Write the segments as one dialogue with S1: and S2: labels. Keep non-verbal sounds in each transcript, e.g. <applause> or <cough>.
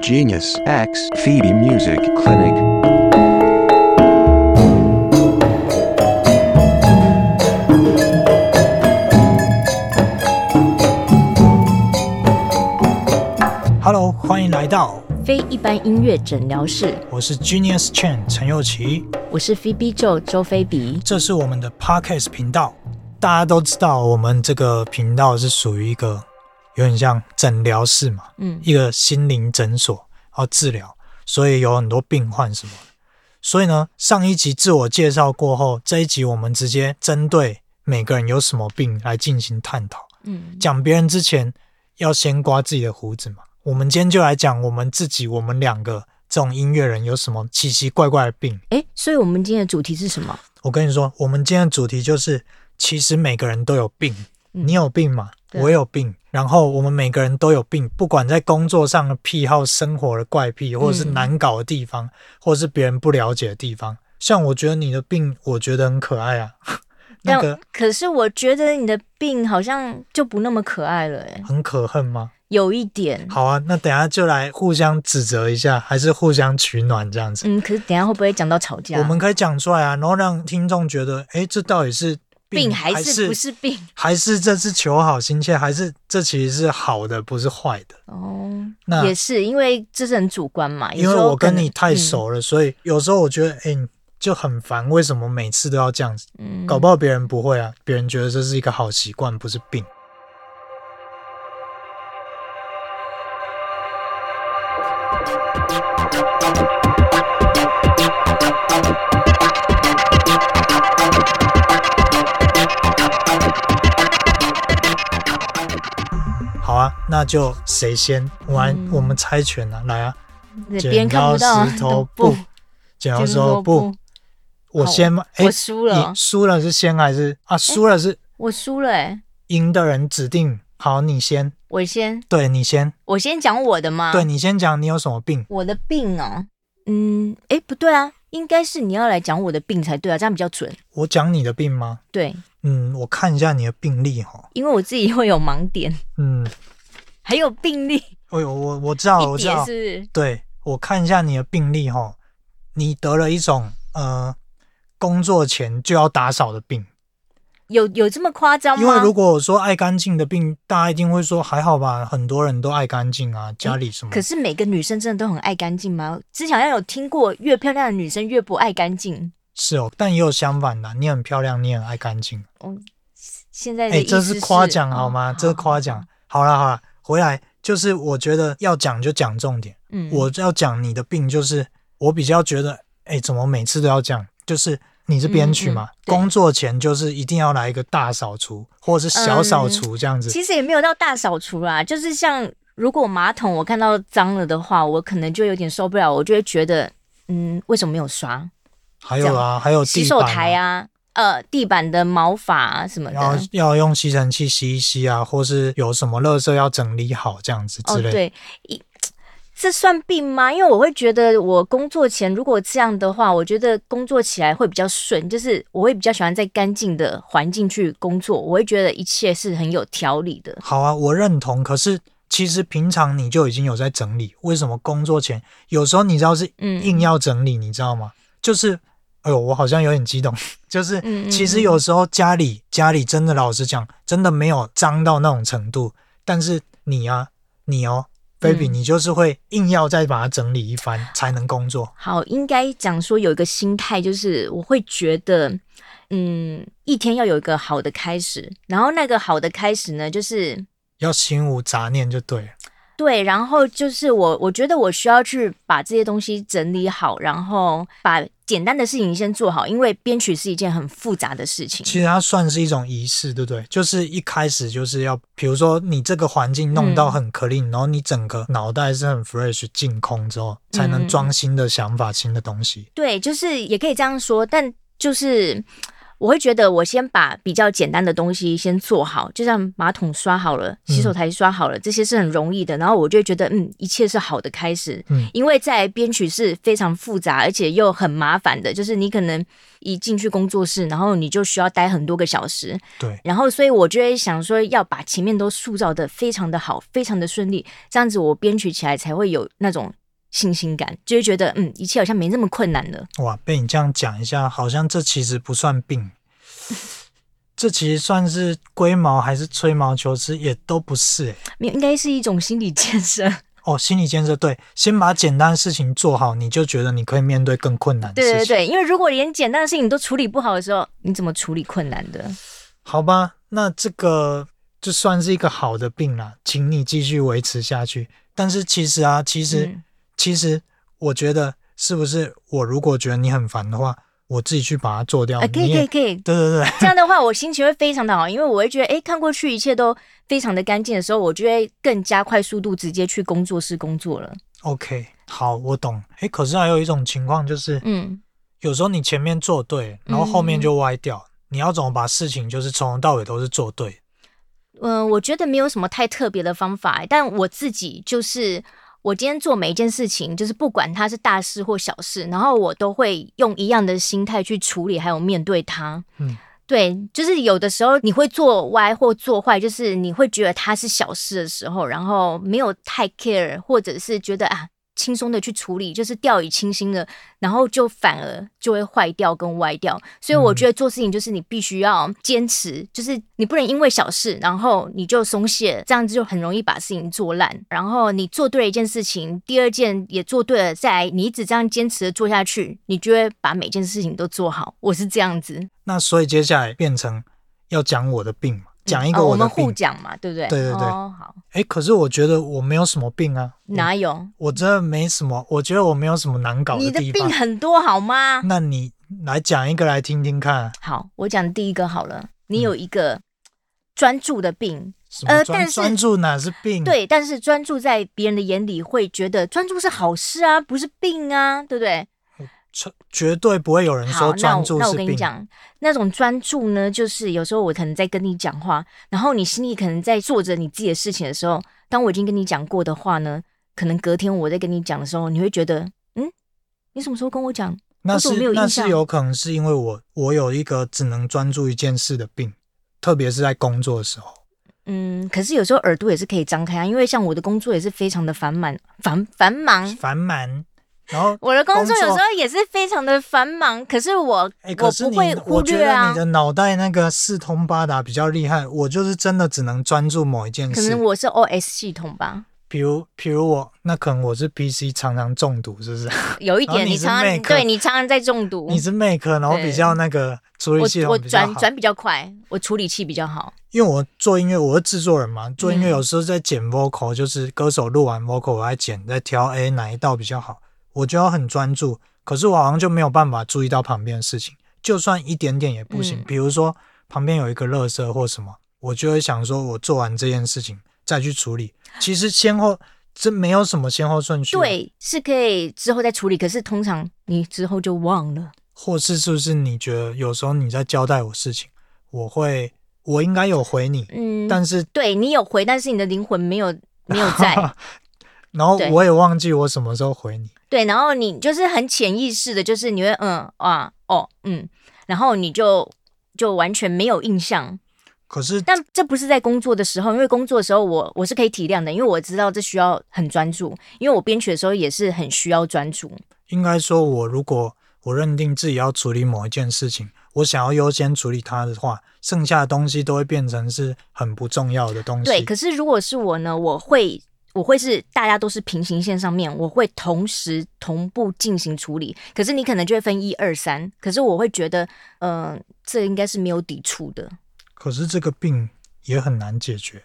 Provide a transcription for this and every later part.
S1: Genius X Phoebe Music Clinic.
S2: Hello，欢迎来到，
S3: 非一般音乐诊疗室，
S2: 我是 Genius Chen 陈佑琪，
S3: 我是 Phoebe Joe 周菲比。
S2: 这是我们的 Podcast 频道。大家都知道，我们这个频道是属于一个有点像诊疗室嘛，
S3: 嗯
S2: 一个心灵诊所，然后治疗，所以有很多病患什么的。所以呢，上一集自我介绍过后，这一集我们直接针对每个人有什么病来进行探讨。
S3: 嗯，
S2: 讲别人之前要先刮自己的胡子嘛。我们今天就来讲我们自己，我们两个这种音乐人有什么奇奇怪怪的病。
S3: 哎、所以我们今天的主题是什么？
S2: 我跟你说，我们今天的主题就是，其实每个人都有病，
S3: 嗯
S2: 你有病吗？
S3: 对啊
S2: 我有病，然后我们每个人都有病，不管在工作上的癖好、生活的怪癖，或者是
S3: 嗯
S2: 难搞的地方，或者是别人不了解的地方。像我觉得你的病，我觉得很可爱啊， <laughs> 那个
S3: 但可是我觉得你的病好像就不那么可爱了、哎，
S2: 很可恨吗？
S3: 有一点。
S2: 好啊，那等一下就来互相指责一下，还是互相取暖这样子。
S3: 嗯，可是等一下会不会讲到吵架？
S2: 我们可以讲出来啊，然后让听众觉得，哎，这到底是
S3: 病
S2: 还
S3: 还是不是病？
S2: 还是这是求好心切，还是这其实是好的，不是坏的？
S3: 哦，
S2: 那
S3: 也是，因为这是很主观嘛。有
S2: 因为
S3: 时候
S2: 我
S3: 可
S2: 跟
S3: 能嗯
S2: 你太，熟了，所以有时候我觉得，哎、你就很烦，为什么每次都要这样子？
S3: 嗯，嗯
S2: 搞不好别人不会啊，别人觉得这是一个好习惯，不是病。好啊，那就谁先？我来，
S3: 嗯
S2: 我们猜拳啊，来啊！
S3: 对别
S2: 剪
S3: 人看
S2: 刀
S3: 不到啊
S2: 石头
S3: 那布 <laughs>
S2: 布，，剪刀石头布，，我
S3: 好
S2: 先吗？哎
S3: 我，输了
S2: 你，输了是先还是啊？输了是
S3: 我输了、哎，
S2: 赢的人指定。好，你先，
S3: 我先，
S2: 对你先，
S3: 我先讲我的吗？
S2: 对你先讲你有什么病。
S3: 我的病哦，嗯，诶，不对啊，应该是你要来讲我的病才对啊，这样比较准。
S2: 我讲你的病吗？
S3: 对，
S2: 嗯，我看一下你的病历哈。
S3: 因为我自己会有盲点， <laughs>
S2: 嗯，
S3: 还有病历
S2: 哎呦，我我知道，我
S3: 一
S2: 知
S3: 叠
S2: 道
S3: 是不，是
S2: 对我看一下你的病历哈。你得了一种呃，工作前就要打扫的病，
S3: 有有这么夸张吗？
S2: 因为如果我说爱干净的病，大家一定会说还好吧，很多人都爱干净啊，家里什么
S3: 可是每个女生真的都很爱干净吗？之前好像有听过，越漂亮的女生越不爱干净。
S2: 是哦，但也有相反的，你很漂亮，你很爱干净。
S3: 现在
S2: 哎、
S3: 的意思
S2: 这
S3: 是
S2: 是夸奖好吗？
S3: 哦
S2: 这是夸奖。好啦好啦，回来就是我觉得要讲就讲重点，
S3: 嗯，
S2: 我要讲你的病就是我比较觉得，哎、怎么每次都要讲？就是你是编曲嘛，
S3: 嗯嗯对
S2: 工作前就是一定要来一个大扫除或者是小扫除这样子。
S3: 嗯其实也没有到大扫除啦，就是像如果马桶我看到脏了的话，我可能就有点受不了，我就会觉得，嗯，为什么没有刷？
S2: 还有啊，还有
S3: 洗
S2: 地
S3: 手
S2: 板、
S3: 台
S2: 啊。
S3: 啊，呃，地板的毛发、啊、什么的。
S2: 然后要用吸尘器吸一吸啊，或是有什么垃圾要整理好这样子
S3: 哦，
S2: 之类的。
S3: 对，一这算病吗？因为我会觉得，我工作前如果这样的话，我觉得工作起来会比较顺，就是我会比较喜欢在干净的环境去工作，我会觉得一切是很有条理的。
S2: 好啊，我认同。可是其实平常你就已经有在整理，为什么工作前有时候你知道是
S3: 嗯
S2: 硬要整理，你知道吗？就是，哎呦，我好像有点激动。就是
S3: 嗯嗯
S2: 其实有时候家里家里真的老实讲，真的没有脏到那种程度，但是你啊，你哦。baby，、
S3: 嗯
S2: 你就是会硬要再把它整理一番才能工作。
S3: 好，应该讲说有一个心态，就是我会觉得，嗯，一天要有一个好的开始，然后那个好的开始呢，就是
S2: 要心无杂念就对了。
S3: 对，然后就是我，我觉得我需要去把这些东西整理好，然后把简单的事情先做好，因为编曲是一件很复杂的事情。
S2: 其实它算是一种仪式，对不对？就是一开始就是要，比如说你这个环境弄到很 clean，、然后你整个脑袋是很 fresh 净空之后，才能装新的想法、新的东西。
S3: 对，就是也可以这样说，但就是我会觉得我先把比较简单的东西先做好，就像马桶刷好了，
S2: 嗯
S3: 洗手台刷好了，这些是很容易的。然后我就会觉得，嗯，一切是好的开始。
S2: 嗯
S3: 因为在编曲是非常复杂，而且又很麻烦的，就是你可能一进去工作室，然后你就需要待很多个小时，
S2: 对，
S3: 然后，所以我就会想说，要把前面都塑造的非常的好，非常的顺利，这样子我编曲起来才会有那种信心感，就会觉得嗯，一切好像没那么困难了。
S2: 哇，被你这样讲一下，好像这其实不算病，这其实算是龟毛还是吹毛求疵，也都不是、欸。
S3: 没有，应该是一种心理建设。 <laughs>
S2: 哦，心理建设对，先把简单的事情做好，你就觉得你可以面对更困难的
S3: 对
S2: 事情。
S3: 对对，因为如果连简单的事情你都处理不好的时候，你怎么处理困难的？
S2: 好吧，那这个就算是一个好的病啦，请你继续维持下去。但是其实啊，其实、
S3: 嗯
S2: 其实，我觉得是不是我如果觉得你很烦的话，我自己去把它做掉。
S3: 啊，可以
S2: 哦你
S3: 可
S2: 也
S3: 以可以，
S2: 对对 <laughs> 对，
S3: 这样的话，我心情会非常的好，因为我会觉得，哎、看过去一切都非常的干净的时候，我就会更加快速度直接去工作室工作了。
S2: OK，好，我懂。诶，可是还有一种情况就是，
S3: 嗯，
S2: 有时候你前面做对，然后后面就歪掉，你要怎么把事情就是从头到尾都是做对？
S3: 嗯，我觉得没有什么太特别的方法，欸但我自己就是，我今天做每一件事情，就是不管它是大事或小事，然后我都会用一样的心态去处理，还有面对它。
S2: 嗯，
S3: 对，就是有的时候你会做歪或做坏，就是你会觉得它是小事的时候，然后没有太 care，或者是觉得啊轻松的去处理，就是掉以轻心了，然后就反而就会坏掉跟歪掉。所以我觉得做事情就是你必须要坚持，就是你不能因为小事然后你就松懈，这样子就很容易把事情做烂。然后你做对了一件事情，第二件也做对了，再来你一直这样坚持的做下去，你就会把每件事情都做好。我是这样子。
S2: 那所以接下来变成要讲我的病嘛，讲一个
S3: 哦我
S2: 的
S3: 们
S2: 病
S3: 互。讲嘛，对不对？
S2: 对对对
S3: 哦，好，
S2: 诶，可是我觉得我没有什么病啊，
S3: 哪有？
S2: 我真的没什么，我觉得我没有什么难搞
S3: 你的
S2: 地
S3: 病
S2: 方。嗯
S3: 很多好吗？
S2: 那你来讲一个来听听看，
S3: 好，我讲第一个好了。
S2: 嗯
S3: 你有一个专注的病，
S2: 什么
S3: 呃
S2: 专
S3: 但是
S2: 专、注哪是病？，
S3: 对，但是专注在别人的眼里会觉得专注是好事啊，不是病啊，对不对？
S2: 绝对不会有人
S3: 好
S2: 说，
S3: 那
S2: 专
S3: 我
S2: 注
S3: 那我
S2: 是
S3: 跟你
S2: 病。
S3: 讲，那种专注呢，就是有时候我可能在跟你讲话，然后你心里可能在做着你自己的事情的时候，当我已经跟你讲过的话呢，可能隔天我在跟你讲的时候，你会觉得，嗯，你什么时候跟我讲？
S2: 那
S3: 我怎么没有
S2: 是
S3: 印
S2: 那是
S3: 象
S2: 有可能是因为我我有一个只能专注一件事的病，特别是在工作的时候。
S3: 嗯，可是有时候耳朵也是可以张开啊，因为像我的工作也是非常的繁忙，繁繁忙。
S2: 繁忙，然后
S3: 嗯我的工作
S2: 工
S3: 有
S2: 作
S3: 时候也是非常的繁忙，可是我、
S2: 哎、可
S3: 我
S2: 是
S3: 不
S2: 你
S3: 会
S2: 的，
S3: 忽
S2: 我觉
S3: 略
S2: 得
S3: 啊
S2: 你，的脑袋那个四通八达比较厉害，我就是真的只能专注某一件
S3: 可能
S2: 事。
S3: 我是 OS 系统吧，
S2: 比如，比如我，那可能我是 PC 常常中毒，是不是？
S3: 有一
S2: 然后
S3: 点
S2: 你
S3: 你
S2: 是
S3: 常常
S2: Mac
S3: 对你常常在中毒，
S2: 你是 Mac，然后比
S3: 对
S2: 较那个处理系
S3: 我我
S2: 统比较
S3: 转
S2: 好。
S3: 转比较快，我处理器比较好。
S2: 因为我做音乐，我是制作人嘛，做音乐
S3: 嗯
S2: 有时候在剪 vocal，、就是歌手录完 vocal，我在剪，在挑哎哪一道比较好，我就要很专注。可是我好像就没有办法注意到旁边的事情，就算一点点也不行。
S3: 嗯
S2: 比如说旁边有一个垃圾或什么，我就会想说，我做完这件事情再去处理。其实先后这没有什么先后顺序，，
S3: 对，是可以之后再处理，可是通常你之后就忘了。
S2: 或是是不是你觉得有时候你在交代我事情，我会我应该有回你，
S3: 嗯，
S2: 但是
S3: 对你有回，但是你的灵魂没有
S2: <laughs>
S3: 没有在。
S2: 然后
S3: 对
S2: 我也忘记我什么时候回你。
S3: 对，然后你就是很潜意识的，就是你会嗯啊哦嗯，然后你就就完全没有印象。
S2: 可是
S3: 但这不是在工作的时候，因为工作的时候我我是可以体谅的，因为我知道这需要很专注，因为我编曲的时候也是很需要专注。
S2: 应该说，我如果我认定自己要处理某一件事情，我想要优先处理它的话，剩下的东西都会变成是很不重要的东西。
S3: 对，可是如果是我呢，我会我会是大家都是平行线上面，我会同时同步进行处理。可是你可能就会分一二三，可是我会觉得，嗯、这应该是没有抵触的。
S2: 可是这个病也很难解决，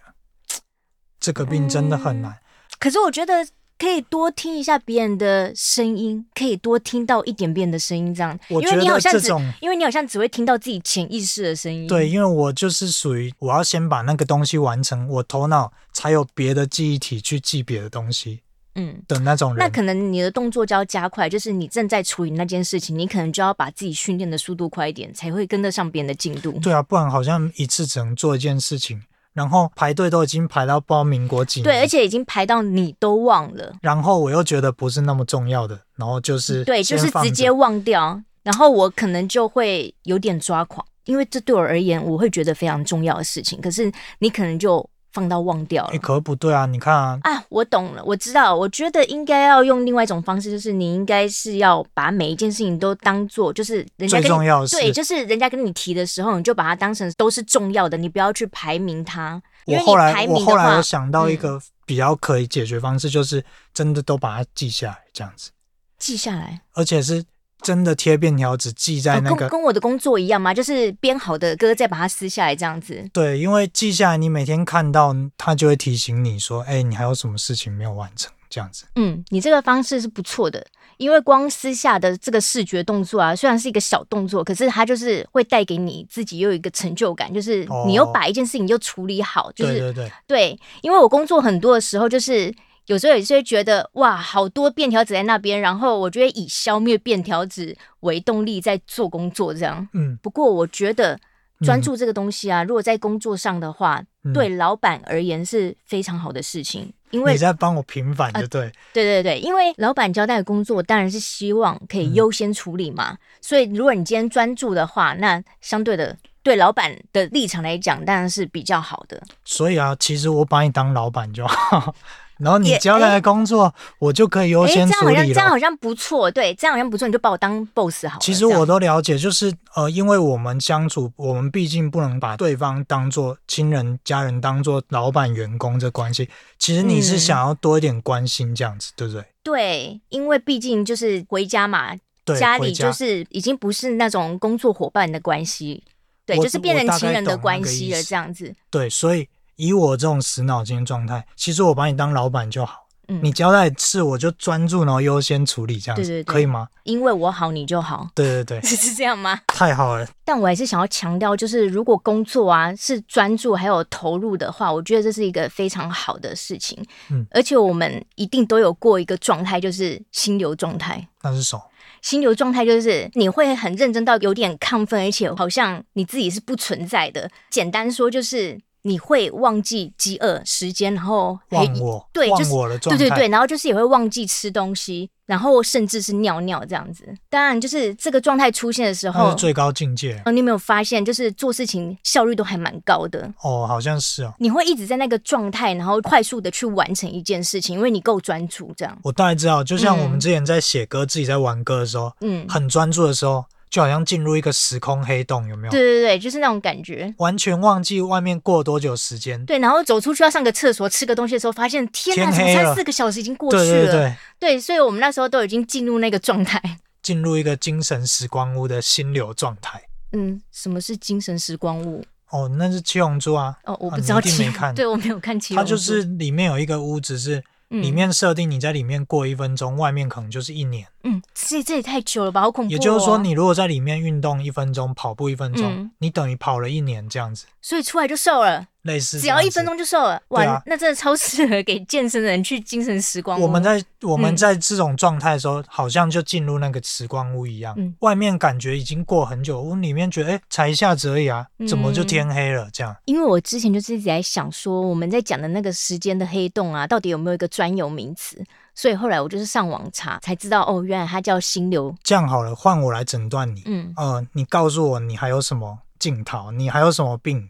S2: 这个病真的很难。
S3: 可是我觉得可以多听一下别人的声音，可以多听到一点别人的声音，这样，因
S2: 我觉
S3: 为你好
S2: 得
S3: 像
S2: 这
S3: 只，
S2: 种
S3: 因为你好像只会听到自己潜意识的声音。
S2: 对，因为我就是属于我要先把那个东西完成，我头脑才有别的记忆体去记别的东西。
S3: 嗯，
S2: 的那种人。
S3: 那可能你的动作就要加快，就是你正在处理那件事情，你可能就要把自己训练的速度快一点，才会跟得上别人的进度。
S2: 对啊，不然好像一次只能做一件事情，然后排队都已经排到不知道民国几年。
S3: 对，而且已经排到你都忘了，
S2: 然后我又觉得不是那么重要的，然后就是
S3: 嗯对，就是
S2: 先放
S3: 直
S2: 着
S3: 接忘掉，然后我可能就会有点抓狂，因为这对我而言，我会觉得非常重要的事情，可是你可能就放到忘掉了
S2: 哎，。可不对啊！你看啊，
S3: 啊，我懂了，我知道，我觉得应该要用另外一种方式，就是你应该是要把每一件事情都当做就是人家
S2: 最
S3: 跟你
S2: 重要的是
S3: 对，就是人家跟你提的时候，你就把它当成都是重要的，你不要去排名它。因
S2: 我
S3: 为
S2: 后
S3: 你
S2: 来
S3: 排
S2: 我
S3: 名的
S2: 后来
S3: 话
S2: 有，想到一
S3: 嗯
S2: 个比较可以解决方式，就是真的都把它记下来这样子，
S3: 记下来，
S2: 而且是真的贴便条纸记在
S3: 哦
S2: 那
S3: 跟
S2: 个
S3: 跟我的工作一样嘛，就是编好的歌再把它撕下来这样子。
S2: 对，因为记下来，你每天看到它就会提醒你说，哎，你还有什么事情没有完成这样子。
S3: 嗯，你这个方式是不错的，因为光撕下的这个视觉动作啊，虽然是一个小动作，可是它就是会带给你自己又有一个成就感，就是你又
S2: 哦
S3: 把一件事情又处理好，就是
S2: 对对对，
S3: 对，因为我工作很多的时候，就是有时候也是会觉得哇，好多便条纸在那边，然后我就会以消灭便条纸为动力在做工作这样。
S2: 嗯，
S3: 不过我觉得专
S2: 嗯
S3: 注这个东西啊，如果在工作上的话，
S2: 嗯
S3: 对老板而言是非常好的事情，因为呃
S2: 你在帮我平反就对，
S3: 对对对，因为老板交代的工作当然是希望可
S2: 嗯
S3: 以优先处理嘛，所以如果你今天专注的话，那相对的对老板的立场来讲，当然是比较好的。
S2: 所以啊，其实我把你当老板就好， <laughs> 然后你
S3: 也
S2: 交代的工作，我就可以优
S3: 诶
S2: 先
S3: 这样
S2: 处
S3: 好像
S2: 理
S3: 这样
S2: 了。
S3: 好像不错，对，这样好像不错，你就把我当 boss 好了。
S2: 其实
S3: 这样
S2: 我都了解，就是呃，因为我们相处，我们毕竟不能把对方当做亲人、家人，当做老板、员工这关系。其实你是
S3: 嗯
S2: 想要多一点关心这样子，对不对？
S3: 对，因为毕竟就是回家嘛，
S2: 对，
S3: 家
S2: 回
S3: 里就是已经不是那种工作伙伴的关系，对，
S2: 我
S3: 就是变
S2: 我大概
S3: 成情人的
S2: 懂那
S3: 关
S2: 个
S3: 系
S2: 意
S3: 了，
S2: 思
S3: 这样子。
S2: 对，所以以我这种死脑筋的状态，其实我把你当老板就好。
S3: 嗯
S2: 你交代的事，我就专注，然后优先处理，这样子
S3: 对对对
S2: 可以吗？
S3: 因为我好，你
S2: <laughs>
S3: 就好，
S2: 对对对，
S3: 是这样吗？
S2: 太好了，
S3: 但我还是想要强调，就是如果工作啊是专注还有投入的话，我觉得这是一个非常好的事情。
S2: 嗯
S3: 而且我们一定都有过一个状态，就是心流状态。
S2: 那是手。
S3: 心流状态就是你会很认真到有点亢奋，而且好像你自己是不存在的。简单说就是你会忘记饥饿、时间，然后还
S2: 忘我，
S3: 哎对，就
S2: 忘
S3: 是
S2: 我的状
S3: 对
S2: 态，
S3: 对对，然后就是也会忘记吃东西，然后甚至是尿尿这样子。当然，就是这个状态出现的时
S2: 那
S3: 候
S2: 是，最高境界。
S3: 呃，你有没有发现，就是做事情效率都还蛮高的。
S2: 哦，好像是哦。
S3: 你会一直在那个状态，然后快速的去完成一件事情，因为你够专注，这样。
S2: 我大概知道，就像我们
S3: 嗯
S2: 之前在写歌、自己在玩歌的时候，
S3: 嗯，
S2: 很专注的时候，就好像进入一个时空黑洞，有没有
S3: 对？对对，就是那种感觉。
S2: 完全忘记外面过多久时间。
S3: 对，然后走出去要上个厕所、吃个东西的时候，发现天呐，
S2: 天
S3: 怎么
S2: 黑
S3: 才
S2: 了
S3: 四个小时已经过去了？
S2: 对对对，
S3: 对所以我们那时候都已经进入那个状态。
S2: 进入一个精神时光屋的心流状态。
S3: 嗯，什么是精神时光屋？
S2: 哦，那是七龙珠啊。
S3: 哦，我
S2: 啊
S3: 不知道
S2: 你一
S3: 七
S2: 定
S3: 龙
S2: 没看。
S3: <laughs> 对我没有看七龙
S2: 它
S3: 珠，
S2: 就是里面有一个屋子是。
S3: 嗯
S2: 里面设定你在里面过一分钟，外面可能就是一年。
S3: 嗯，这这也太久了吧，好恐怖、哦。
S2: 也就是说，，你如果在里面运动一分钟，跑步一分钟，
S3: 嗯
S2: 你等于跑了一年这样子，
S3: 所以出来就瘦了，
S2: 类似
S3: 只
S2: 这样
S3: 要一
S2: 子
S3: 分。钟就瘦了，哇，
S2: 对啊
S3: 那真的超适合给健身的人去精神时光屋。
S2: 我们在我们
S3: 嗯
S2: 在这种状态的时候，好像就进入那个时光屋一样，
S3: 嗯
S2: 外面感觉已经过很久，我里面觉得哎、诶才一下子而已啊，怎么就
S3: 嗯
S2: 天黑了？这样
S3: 因为我之前就是一直在想说，我们在讲的那个时间的黑洞啊，到底有没有一个专有名词？所以后来我就是上网查，才知道哦，原来它叫心流。
S2: 这样好了，换我来诊断你。
S3: 嗯，
S2: 呃，你告诉我你还有什么镜头，你还有什么病？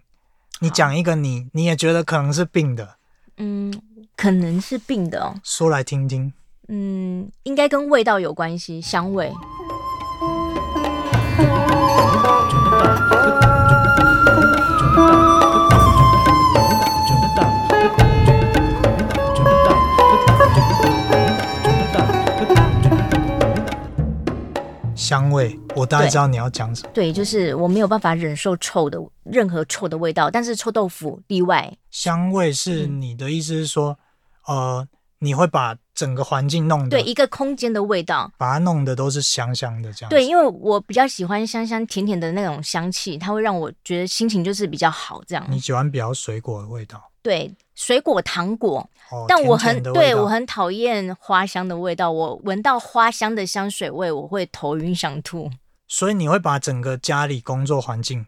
S2: 你讲一个你你也觉得可能是病的，
S3: 嗯，可能是病的哦。
S2: 说来听听。
S3: 嗯，应该跟味道有关系，香味。
S2: 香味，我大概
S3: 对
S2: 知道你要讲什么。
S3: 对，就是我没有办法忍受臭的任何臭的味道，但是臭豆腐例
S2: 嗯
S3: 外。
S2: 香味是
S3: 嗯
S2: 你的意思是说，呃，你会把整个环境弄
S3: 对，
S2: 得，
S3: 一个空间的味道。
S2: 把它弄得都是香香的这样子。
S3: 对，因为我比较喜欢香香甜甜的那种香气，它会让我觉得心情就是比较好这样。
S2: 嗯你喜欢比较水果的味道，
S3: 对水果糖果，
S2: 哦，
S3: 但我
S2: 甜
S3: 很
S2: 甜的味
S3: 对
S2: 道
S3: 我很讨厌花香的味道，我闻到花香的香水味，我会头晕想吐。
S2: 所以你会把整个家里工作环境，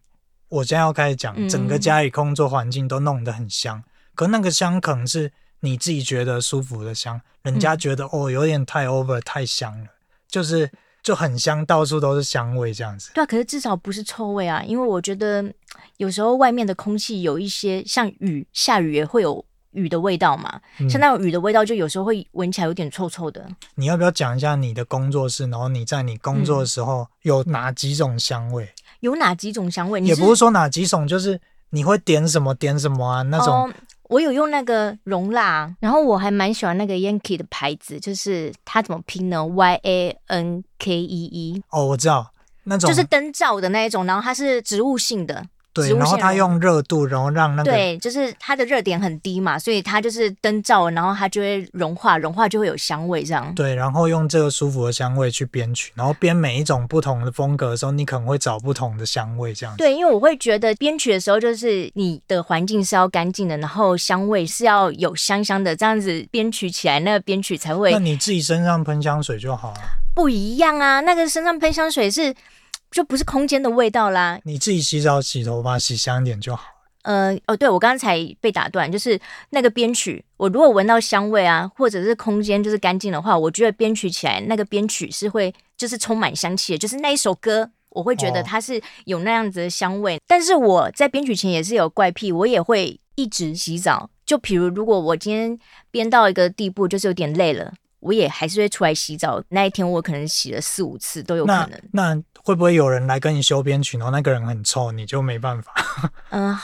S2: 我现在要开始讲，
S3: 嗯
S2: 整个家里工作环境都弄得很香，可那个香可能是你自己觉得舒服的香，人
S3: 嗯
S2: 家觉得、哦有点太 over 太香了，就是就很香，到处都是香味这样子。
S3: 对啊，可是至少不是臭味啊，因为我觉得嗯有时候外面的空气有一些像雨，下雨也会有雨的味道嘛，
S2: 嗯
S3: 像那种雨的味道，就有时候会闻起来有点臭臭的。
S2: 你要不要讲一下你的工作室，然后你在你工作的时
S3: 嗯
S2: 候有哪几种香味？
S3: 有哪几种香味？你
S2: 也
S3: 是
S2: 不是说哪几种，就是你会点什么点什么啊那种。
S3: 哦，我有用那个容蜡，啊
S4: 然后我还蛮喜欢那个 Yankee 的牌子，就是它怎么拼呢？Y A N K E E，
S2: 哦，我知道那种
S3: 就是灯罩的那一种，然后它是植物性的，
S2: 对，
S3: 植物
S2: 然后
S3: 线
S2: 它
S3: 容
S2: 用热度，然后让那个
S3: 对，就是它的热点很低嘛，所以它就是灯罩，然后它就会融化，融化就会有香味这样。
S2: 对，然后用这个舒服的香味去编曲，然后编每一种不同的风格的时候，你可能会找不同的香味这样子。
S3: 对，因为我会觉得编曲的时候，就是你的环境是要干净的，然后香味是要有香香的，这样子编曲起来，那个编曲才会
S2: 那你自己身上喷香水就好了、
S3: 不一样啊。那个身上喷香水是就不是空间的味道啦，
S2: 你自己洗澡、洗头发、洗香一点就好。啊
S3: 呃，哦，对，我刚才被打断，就是那个编曲，我如果闻到香味啊，或者是空间就是干净的话，我觉得编曲起来那个编曲是会就是充满香气的，就是那一首歌。我会觉
S2: 哦
S3: 得它是有那样子的香味，但是我在编曲前也是有怪癖，我也会一直洗澡。就比如，如果我今天编到一个地步，就是有点累了，我也还是会出来洗澡。那一天我可能洗了四五次都有可
S2: 那
S3: 能。
S2: 那会不会有人来跟你修编曲，然后那个人很臭，你就没办法？
S3: 嗯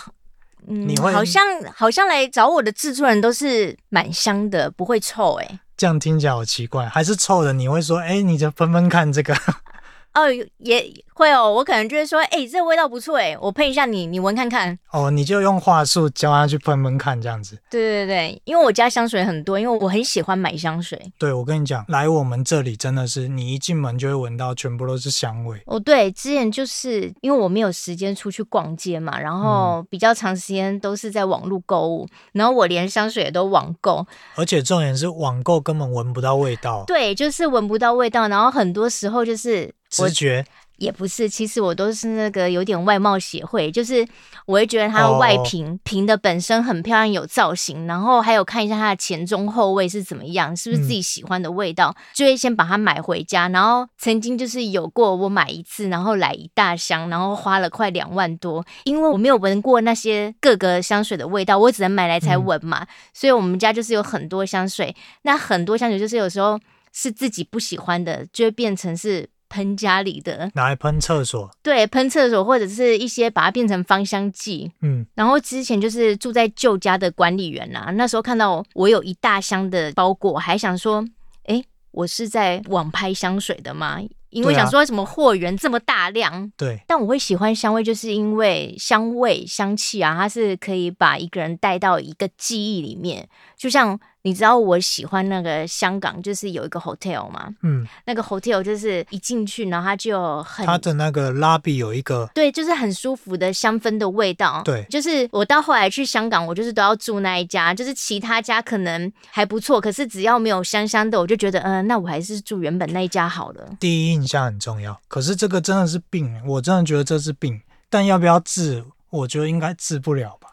S3: 嗯，
S2: 你会
S3: 好像好像来找我的制作人都是蛮香的，不会臭哎、
S2: 这样听起来好奇怪，还是臭的？你会说，哎、你就喷喷看这个， <laughs>
S3: 哦，也会哦，我可能就会说，哎、这味道不错哎、我喷一下你，你闻看看。
S2: 哦，你就用话术教他去喷喷看这样子。
S3: 对对对，因为我家香水很多，因为我很喜欢买香水。
S2: 对，我跟你讲，来我们这里真的是，你一进门就会闻到全部都是香味。
S4: 哦，对，之前就是因为我没有时间出去逛街嘛，然
S2: 嗯
S4: 后比较长时间都是在网络购物，然后我连香水也都网购，
S2: 而且重点是网购根本闻不到味道，
S4: 对，就是闻不到味道，然后很多时候就是我
S2: 直觉
S4: 也不是，其实我都是那个有点外貌协会，就是我会觉得它的外瓶瓶的本身很漂亮，有造型，然后还有看一下它的前中后味是怎么样，是不是自己喜欢的味道，就会先把它买回家。然后曾经就是有过我买一次，然后来一大箱，然后花了快两万多，因为我没有闻过那些各个香水的味道，我只能买来才闻嘛，所以我们家就是有很多香水，那很多香水就是有时候是自己不喜欢的，就会变成是喷家里的，
S2: 拿来喷厕所。
S4: 对，喷厕所或者是一些把它变成芳香剂。
S2: 嗯，
S4: 然后之前就是住在旧家的管理员啊，那时候看到我有一大箱的包裹，还想说，诶，我是在网拍香水的吗？因为
S2: 对啊
S4: 想说什么货源这么大量，
S2: 对，
S4: 但我会喜欢香味，就是因为香味、香气啊，它是可以把一个人带到一个记忆里面。就像你知道，我喜欢那个香港，就是有一个 hotel 嘛，
S2: 嗯，
S4: 那个 hotel 就是一进去，然后它就有很
S2: 它的那个拉比有一个，
S4: 对，就是很舒服的香氛的味道。
S2: 对
S4: 就是我到后来去香港，我就是都要住那一家，就是其他家可能还不错，可是只要没有香香的，我就觉得，嗯、
S3: 呃
S4: 那我还是住原本那一家好了。
S2: 第一印象很重要。可是这个真的是病，我真的觉得这是病。但要不要治，我觉得应该治不了吧。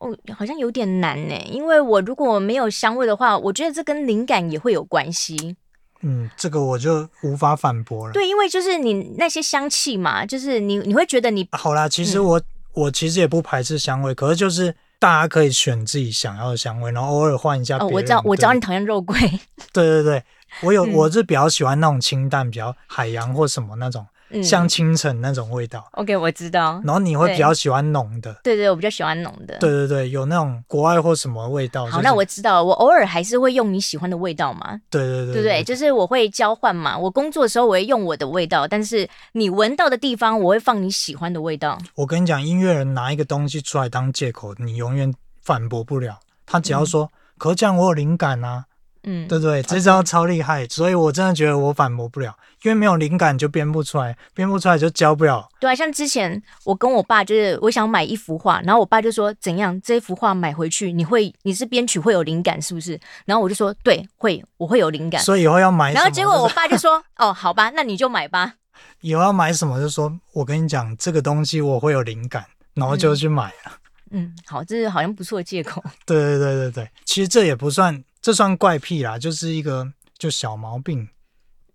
S3: 哦，好像有点难呢，因为我如果没有香味的话，我觉得这跟灵感也会有关系。
S2: 嗯，这个我就无法反驳了。
S3: 对，因为就是你那些香气嘛，就是你你会觉得你
S2: 啊好啦，其
S3: 嗯
S2: 实我、我其实也不排斥香味，可是就是大家可以选自己想要的香味，然后偶尔换一啊下别人
S3: 哦，
S2: 的。
S3: 我知道我知道
S2: 对
S3: 你讨厌肉桂，
S2: 对对对，我有、
S3: 嗯
S2: 我是比较喜欢那种清淡，比较海洋或什么那种，
S3: 嗯
S2: 像清晨那种味道。
S3: OK，我知道。
S2: 然后你会
S3: 对
S2: 比较喜欢浓的，
S3: 对对，我比较喜欢浓的。
S2: 对，对对，有那种国外或什么味道。就
S3: 好，
S2: 是
S3: 那我知道了，我偶尔还是会用你喜欢的味道嘛。
S2: 对对对
S3: 对不对？就是我会交换嘛，我工作的时候我会用我的味道，但是你闻到的地方我会放你喜欢的味道。
S2: 我跟你讲，音乐人拿一个东西
S3: 嗯
S2: 出来当借口，你永远反驳不了。他只要说，可是这样我有灵感啊，
S4: 嗯，
S2: 对对，这招超厉害，所以我真的觉得我反驳不了，因为没有灵感就编不出来，编不出来就教不了。
S3: 对啊，像之前我跟我爸就是我想买一幅画，然后我爸就说怎样这幅画买回去你会你是编曲会有灵感是不是？然后我就说对会我会有灵感，
S2: 所以以后要买什么，
S3: 然后结果我
S2: 就是
S3: 爸就说哦好吧那你就买吧，
S2: 以后要买什么，就说我跟你讲这个东西我会有灵感，然后就去买了。
S3: 嗯好这是好像不错的借口，
S2: 对对对对对，其实这也不算，这算怪癖啦，就是一个就小毛病。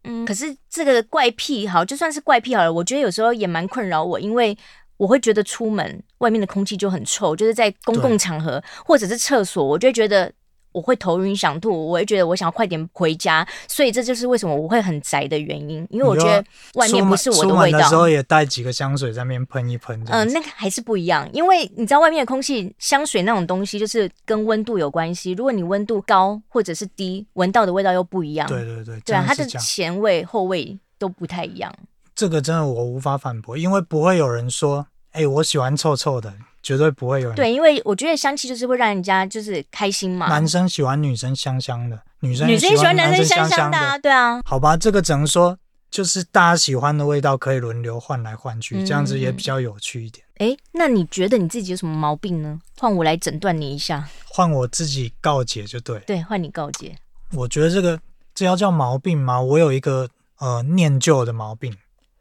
S4: 嗯，
S3: 可是这个怪癖好就算是怪癖好了，我觉得有时候也蛮困扰我，因为。我会觉得出门外面的空气就很臭，就是在公共
S2: 对
S3: 场合或者是厕所，我就会觉得我会头晕想吐，我会觉得我想要快点回家，所以这就是为什么我会很宅的原因，因为我觉得外面不是我
S2: 出门出门
S3: 味
S2: 的
S3: 道
S2: 时。候也带几个香水在那边喷一喷，这
S3: 嗯、
S2: 样子。
S3: 那个还是不一样，因为你知道外面的空气、香水那种东西，就是跟温度有关系。如果你温度高或者是低，闻到的味道又不一样。
S2: 对对对，
S3: 对
S2: 真
S3: 啊，它
S2: 是
S3: 的
S2: 这样
S3: 前味、后味都不太一样。
S2: 这个真的我无法反驳，因为不会有人说，哎、我喜欢臭臭的，绝对不会有人。
S3: 对，因为我觉得香气就是会让人家就是开心嘛。
S2: 男生喜欢女生香香的，女生
S3: 女
S2: 也
S3: 生也喜欢男
S2: 生
S3: 生香
S2: 香
S3: 的、啊，对啊。
S2: 好吧，这个只能说就是大家喜欢的味道可以轮流换来换
S3: 嗯
S2: 去，这样子也比较有趣一点。
S3: 诶，那你觉得你自己有什么毛病呢？换我来诊断你一下。
S2: 换我自己告解就对了，
S3: 对，换你告诫。
S2: 我觉得这个这要叫毛病吗？我有一个呃念旧的毛病，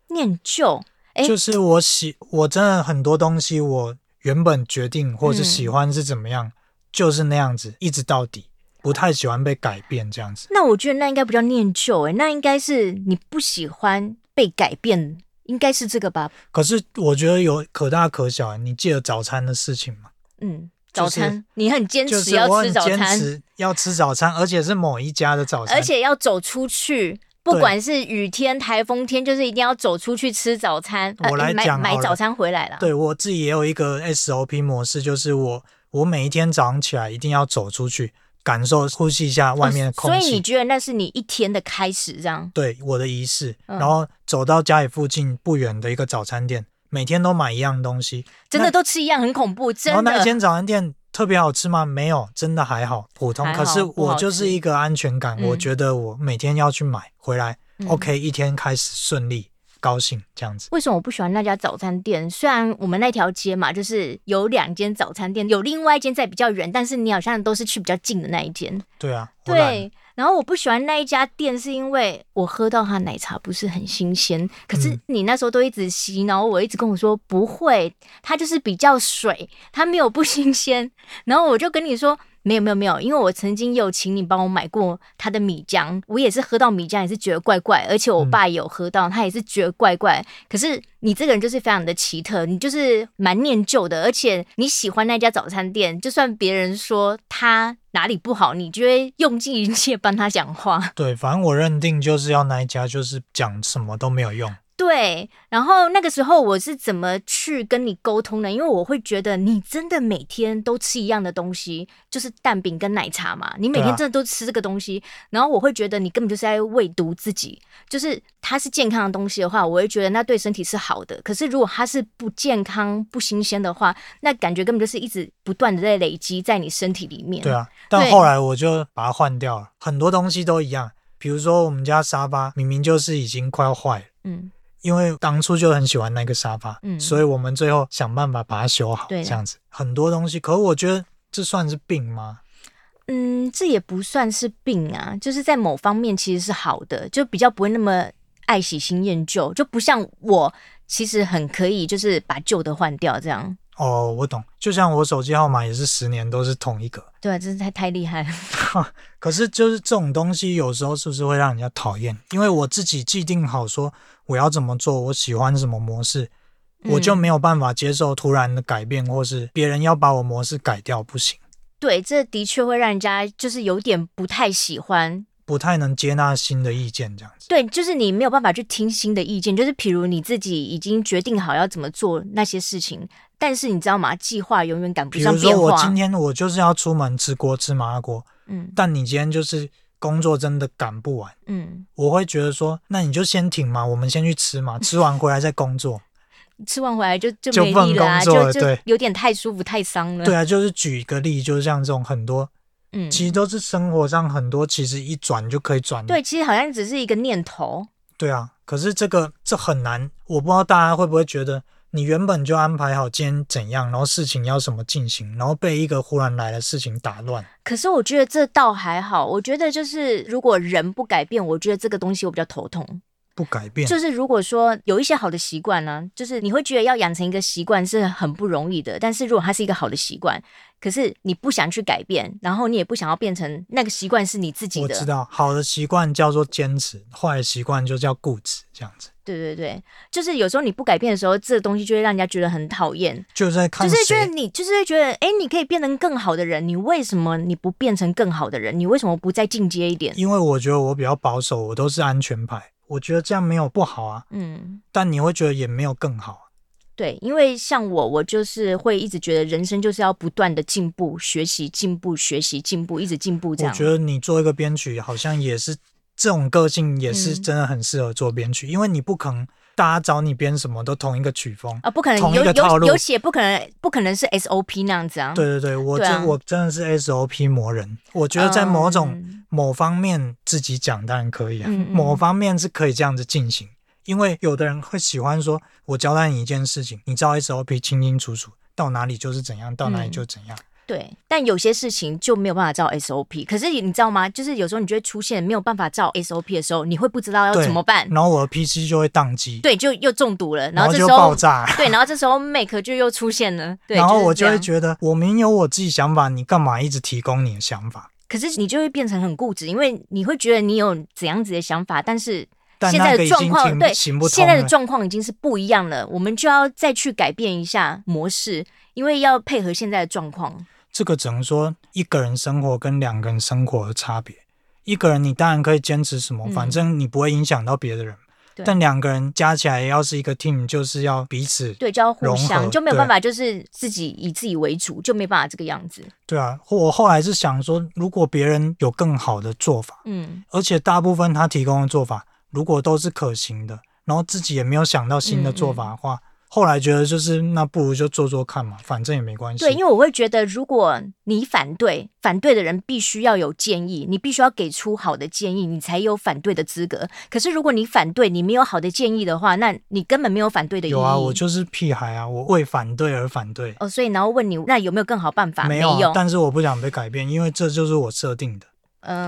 S3: 念旧，诶
S2: 就是我喜我真的很多东西，我原本决定或是喜欢是怎么样，就是那样子，一直到底，不太喜欢被改变这样子。
S3: 那我觉得那应该不叫念旧，诶，那应该是你不喜欢被改变，应该是这个吧？
S2: 可是我觉得有可大可小，你记得早餐的事情吗？
S3: 嗯，
S2: 就
S3: 早
S2: 是
S3: 餐、你很坚
S2: 就
S3: 持
S2: 是
S3: 要
S2: 我
S3: 吃
S2: 很
S3: 早
S2: 坚
S3: 餐，
S2: 持要吃早餐，而且是某一家的早餐，
S3: 而且要走出去。不
S2: 对
S3: 管是雨天、台风天，就是一定要走出去吃早餐。呃
S2: 我来
S3: 买
S2: 讲
S3: 买
S2: 好了
S3: 早餐回来啦。
S2: 对我自己也有一个 SOP 模式，就是我我每一天早上起来一定要走出去，感受呼吸一下外面的空
S3: 哦所以
S2: 气。
S3: 你觉得那是你一天的开始，这样？
S2: 对我的仪式，
S3: 嗯
S2: 然后走到家里附近不远的一个早餐店，每天都买一样东西。
S3: 真的
S2: 那
S3: 都吃一样，很恐怖，
S2: 然后
S3: 真
S2: 那一
S3: 的。
S2: 间早餐店特别好吃吗？没有，真的还好，普通。
S3: 还好
S2: 可是
S3: 不
S2: 我
S3: 好
S2: 就是
S3: 吃
S2: 一个安全感，
S3: 嗯
S2: 我觉得我每天要去买回来、
S3: 嗯
S2: o k 一天开始顺利，高兴这样子。
S4: 为什么我不喜欢那家早餐店？虽然我们那条街嘛，就是有两间早餐店，有另外一间在比较远，但是你好像都是去比较近的那一间。
S2: 对啊，我懒
S4: 对，然后我不喜欢那一家店，是因为我喝到它奶茶不是很新鲜。可是
S2: 嗯
S4: 你那时候都一直洗脑我，一直跟我说不会，它就是比较水，它没有不新鲜。 <laughs> 然后我就跟你说。没有没有没有，因为我曾经有请你帮我买过它的米浆，我也是喝到米浆，也是觉得怪怪，而且我
S2: 嗯
S4: 爸也有喝到，他也是觉得怪怪。可是你这个人就是非常的奇特，你就是蛮念旧的，而且你喜欢那家早餐店，就算别人说他哪里不好，你就会用尽一切帮他讲话。
S2: 对，反正我认定就是要那一家，就是讲什么都没有用。
S4: 对，然后那个时候我是怎么去跟你沟通的？因为我会觉得你真的每天都吃一样的东西，就是蛋饼跟奶茶嘛，你每
S2: 对啊
S4: 天真的都吃这个东西，然后我会觉得你根本就是在喂毒自己。就是它是健康的东西的话，我会觉得那对身体是好的。可是如果它是不健康、不新鲜的话，那感觉根本就是一直不断的在累积在你身体里面。
S2: 对啊，但
S4: 对
S2: 后来我就把它换掉了，很多东西都一样。比如说我们家沙发明明就是已经快要坏了，
S4: 嗯，
S2: 因为当初就很喜欢那个沙发，
S4: 嗯
S2: 所以我们最后想办法把它修好，
S4: 对
S2: 这
S4: 的
S2: 样子很多东西。可我觉得这算是病吗？
S4: 嗯，这也不算是病啊，就是在某方面其实是好的，就比较不会那么爱喜新厌旧，就不像我其实很可以就是把旧的换掉这样。
S2: 哦，我懂，就像我手机号码也是十年都是同一个，
S4: 对啊，真是太太厉害了。 <laughs>
S2: 可是就是这种东西，有时候是不是会让人家讨厌？因为我自己既定好说我要怎么做，我喜欢什么模式，我就没有办法接受突然的改变，或是别人要把我模式改掉，不行，
S4: 对，这的确会让人家就是有点不太喜欢。
S2: 不太能接纳新的意见这样子。
S4: 对，就是你没有办法去听新的意见，就是譬如你自己已经决定好要怎么做那些事情，但是你知道吗？计划永远赶不
S2: 比
S4: 上
S2: 如说
S4: 变
S2: 我今
S4: 化。
S2: 天我就是要出门吃锅吃麻辣锅，
S4: 嗯
S2: 但你今天就是工作真的赶不完，
S4: 嗯，
S2: 我会觉得说，那你就先停嘛，我们先去吃嘛，吃完回来再工作。
S4: 吃完回来就就
S2: 就
S4: 没
S2: 不能
S4: 力了啊，
S2: 工作了
S4: 就
S2: 对啊
S4: 有点太舒服太伤了。
S2: 对啊，就是举一个例，就是像这种很多
S4: 嗯，
S2: 其实都是生活上很多，其实一转就可以转。
S3: 对，其实好像只是一个念头，
S2: 对啊，可是这个这很难，我不知道大家会不会觉得，你原本就安排好今天怎样，然后事情要怎么进行，然后被一个忽然来的事情打乱。
S3: 可是我觉得这倒还好，我觉得就是如果人不改变，我觉得这个东西我比较头痛。
S2: 不改变，
S3: 就是如果说有一些好的习惯呢，就是你会觉得要养成一个习惯是很不容易的，但是如果它是一个好的习惯，可是你不想去改变，然后你也不想要变成那个习惯是你自己
S2: 我
S3: 的
S2: 知，道，好的习惯叫做坚持，坏的习惯就叫固执，这样子。
S3: 对对对，就是有时候你不改变的时候，这个东西就会让人家觉得很讨厌，
S2: 就在
S3: 就
S2: 看
S3: 是觉得
S2: 谁
S3: 你就是会觉得，哎，你可以变成更好的人，你为什么你不变成更好的人？你为什么不再进阶一点？
S2: 因为我觉得我比较保守，我都是安全牌，我觉得这样没有不好啊，
S3: 嗯，
S2: 但你会觉得也没有更好。啊
S3: 对，因为像我，我就是会一直觉得人生就是要不断的进步、学习、进步、学习、进步，一直进步这
S2: 我
S3: 样。
S2: 觉得你做一个编曲，好像也是这种个性，也是
S3: 嗯
S2: 真的很适合做编曲，因为你不可能大家找你编什么都同一个曲风。
S3: 啊，不可能
S2: 同一
S3: 有
S2: 个套
S3: 有
S2: 路
S3: 有写，不可能不可能是 SOP 那样子啊。
S2: 对对对，我
S3: 对
S2: 真、
S3: 啊
S2: 我真的是 SOP 魔人，我觉得在某种、
S3: 嗯
S2: 某方面自己讲当然可以啊，
S3: 嗯嗯
S2: 某方面是可以这样子进行，因为有的人会喜欢说，我交代你一件事情，你照 SOP 清清楚楚，到哪里就是怎样，到
S3: 嗯
S2: 哪里就怎样。
S3: 对，但有些事情就没有办法照 SOP。可是你知道吗？就是有时候你就会出现没有办法照 SOP 的时候，你会不知道要
S2: 对
S3: 怎么办，
S2: 然后我的 PC 就会宕机，
S3: 对，就又中毒了。然后这
S2: 就
S3: 时
S2: 爆
S3: 候，
S2: 炸。
S3: 对，然后这时候 Make 就又出现了。对，
S2: 然后我
S3: 是
S2: 就
S3: 这
S2: 会
S3: 样
S2: 觉得，我明有我自己想法，你干嘛一直提供你的想法？
S3: 可是你就会变成很固执，因为你会觉得你有怎样子的想法，但是
S2: 但
S3: 现
S2: 那
S3: 在
S2: 个
S3: 的
S2: 已
S3: 状
S2: 经
S3: 况
S2: 行
S3: 对
S2: 行不通
S3: 现在的
S2: 了
S3: 状况已经是不一样了，我们就要再去改变一下模式，因为要配合现在的状况。
S2: 这个只能说一个人生活跟两个人生活的差别。一个人你当然可以坚持什么，
S3: 嗯
S2: 反正你不会影响到别的人。
S3: 对
S2: 但两个人加起来要是一个 team，就是要彼此
S3: 对，就要互
S2: 融合
S3: 相，就没有
S2: 对
S3: 办法，就是自己以自己为主，就没办法这个样子。
S2: 对啊。我后来是想说，如果别人有更好的做法，
S3: 嗯，
S2: 而且大部分他提供的做法如果都是可行的，然后自己也没有想到新的
S3: 嗯
S2: 做法的话，后来觉得就是那不如就做做看嘛，反正也没关系。
S3: 对，因为我会觉得，如果你反对，反对的人必须要有建议，你必须要给出好的建议，你才有反对的资格。可是如果你反对，你没有好的建议的话，那你根本没有反对的意义。
S2: 有啊，我就是屁孩啊，我为反对而反对，
S3: 哦，所以然后问你，那有没有更好办法？没
S2: 有啊，但是我不想被改变，因为这就是我设定的。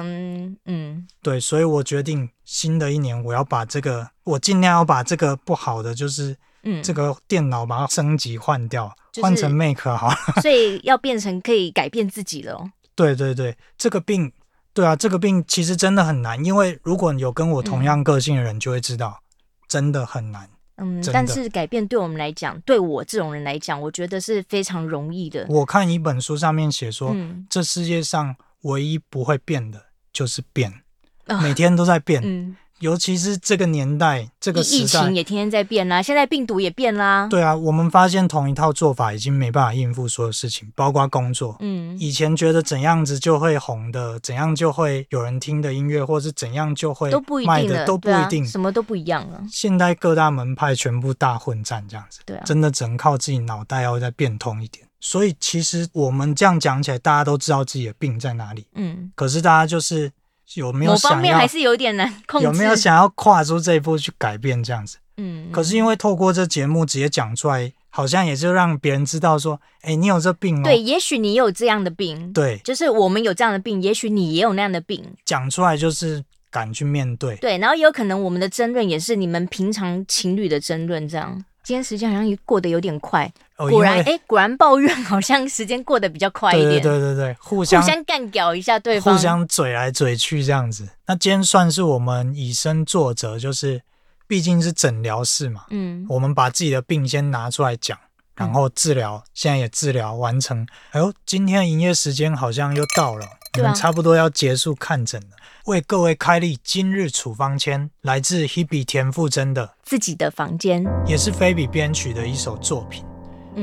S3: 嗯嗯，
S2: 对，所以我决定新的一年我要把这个，我尽量要把这个不好的，就是
S3: 嗯
S2: 这个电脑把它升级换掉，
S3: 就是
S2: 换成 Make 好了。 <laughs>
S3: 所以要变成可以改变自己了哦。
S2: 对对对，这个病，对啊，这个病其实真的很难，因为如果有跟我同样个性的人，就会知道、真的很难。
S3: 嗯
S2: 真，的
S3: 但是改变对我们来讲，对我这种人来讲，我觉得是非常容易的。
S2: 我看一本书上面写说，
S3: 嗯
S2: 这世界上唯一不会变的就是变，
S3: 啊
S2: 每天都在变。
S3: 嗯，
S2: 尤其是这个年代、这个
S3: 疫
S2: 时
S3: 疫
S2: 代
S3: 情，也天天在变啦，现在病毒也变啦。
S2: 对啊，我们发现同一套做法已经没办法应付所有事情，包括工作。
S3: 嗯，
S2: 以前觉得怎样子就会红的，怎样就会有人听的音乐，或是怎样就会
S3: 都不一
S2: 卖
S3: 定
S2: 的，
S3: 了，
S2: 都不
S3: 对啊
S2: 一定。
S3: 什么都不一样了。
S2: 现在各大门派全部大混战这样子，
S3: 对啊
S2: 真的只能靠自己脑袋要再变通一点。所以其实我们这样讲起来，大家都知道自己的病在哪里，
S3: 嗯，
S2: 可是大家就是有没有
S3: 某方
S2: 想
S3: 面
S2: 要
S3: 还是有点难控制。
S2: 有没有？想要跨出这一步去改变这样子？
S3: 嗯，
S2: 可是因为透过这节目直接讲出来，好像也就让别人知道说，哎、你有这病哦。
S3: 对，也许你有这样的病，，
S2: 对，
S3: 就是我们有这样的病，也许你也有那样的病。
S2: 讲出来就是敢去面对。
S3: 对，然后也有可能我们的争论也是你们平常情侣的争论这样。今天时间好像过得有点快，
S2: 哦
S3: 果然
S2: 因为
S3: 哎、果然抱怨好像时间过得比较快一
S2: 对对
S3: 点，
S2: 对对对，互相
S3: 互相干掉一下对方，
S2: 互相嘴来嘴去这样子。那今天算是我们以身作则，就是毕竟是诊疗室嘛，
S3: 嗯，
S2: 我们把自己的病先拿出来讲，然后治疗，现在也治疗完成。哎呦，今天的营业时间好像又到了，我
S3: 对啊
S2: 们差不多要结束看诊了。为各位开立今日处方签，来自 Hebe 田馥甄的，
S3: 自己的房间，
S2: 也是菲比编曲的一首作品。哦
S3: 嗯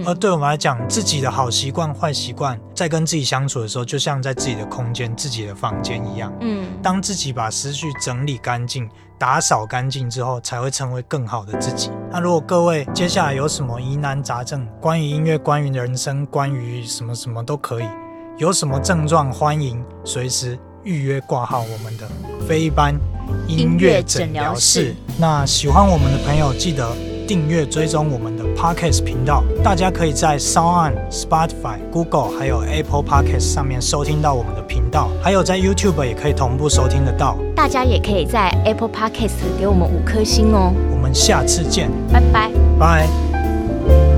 S2: 而对我们来讲，自己的好习惯、坏习惯，在跟自己相处的时候，就像在自己的空间、自己的房间一样。
S3: 嗯，
S2: 当自己把思绪整理干净、打扫干净之后，才会成为更好的自己。那如果各位接下来有什么疑难杂症，关于音乐、关于人生、关于什么什么都可以，有什么症状，欢迎随时预约挂号我们的非一般音乐诊
S4: 音
S2: 疗
S4: 乐
S2: 室
S4: 诊。
S2: 那喜欢我们的朋友，记得订阅追踪我们的 Podcast 频道。大家可以在 Sound、Spotify、Google 还有 Apple Podcast 上面收听到我们的频道，还有在 YouTube 也可以同步收听得到。
S4: 大家也可以在 Apple Podcast 给我们五颗星哦，
S2: 我们下次见，
S4: 拜拜。
S2: 拜。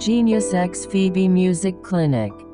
S5: Genius X Phoebe Music Clinic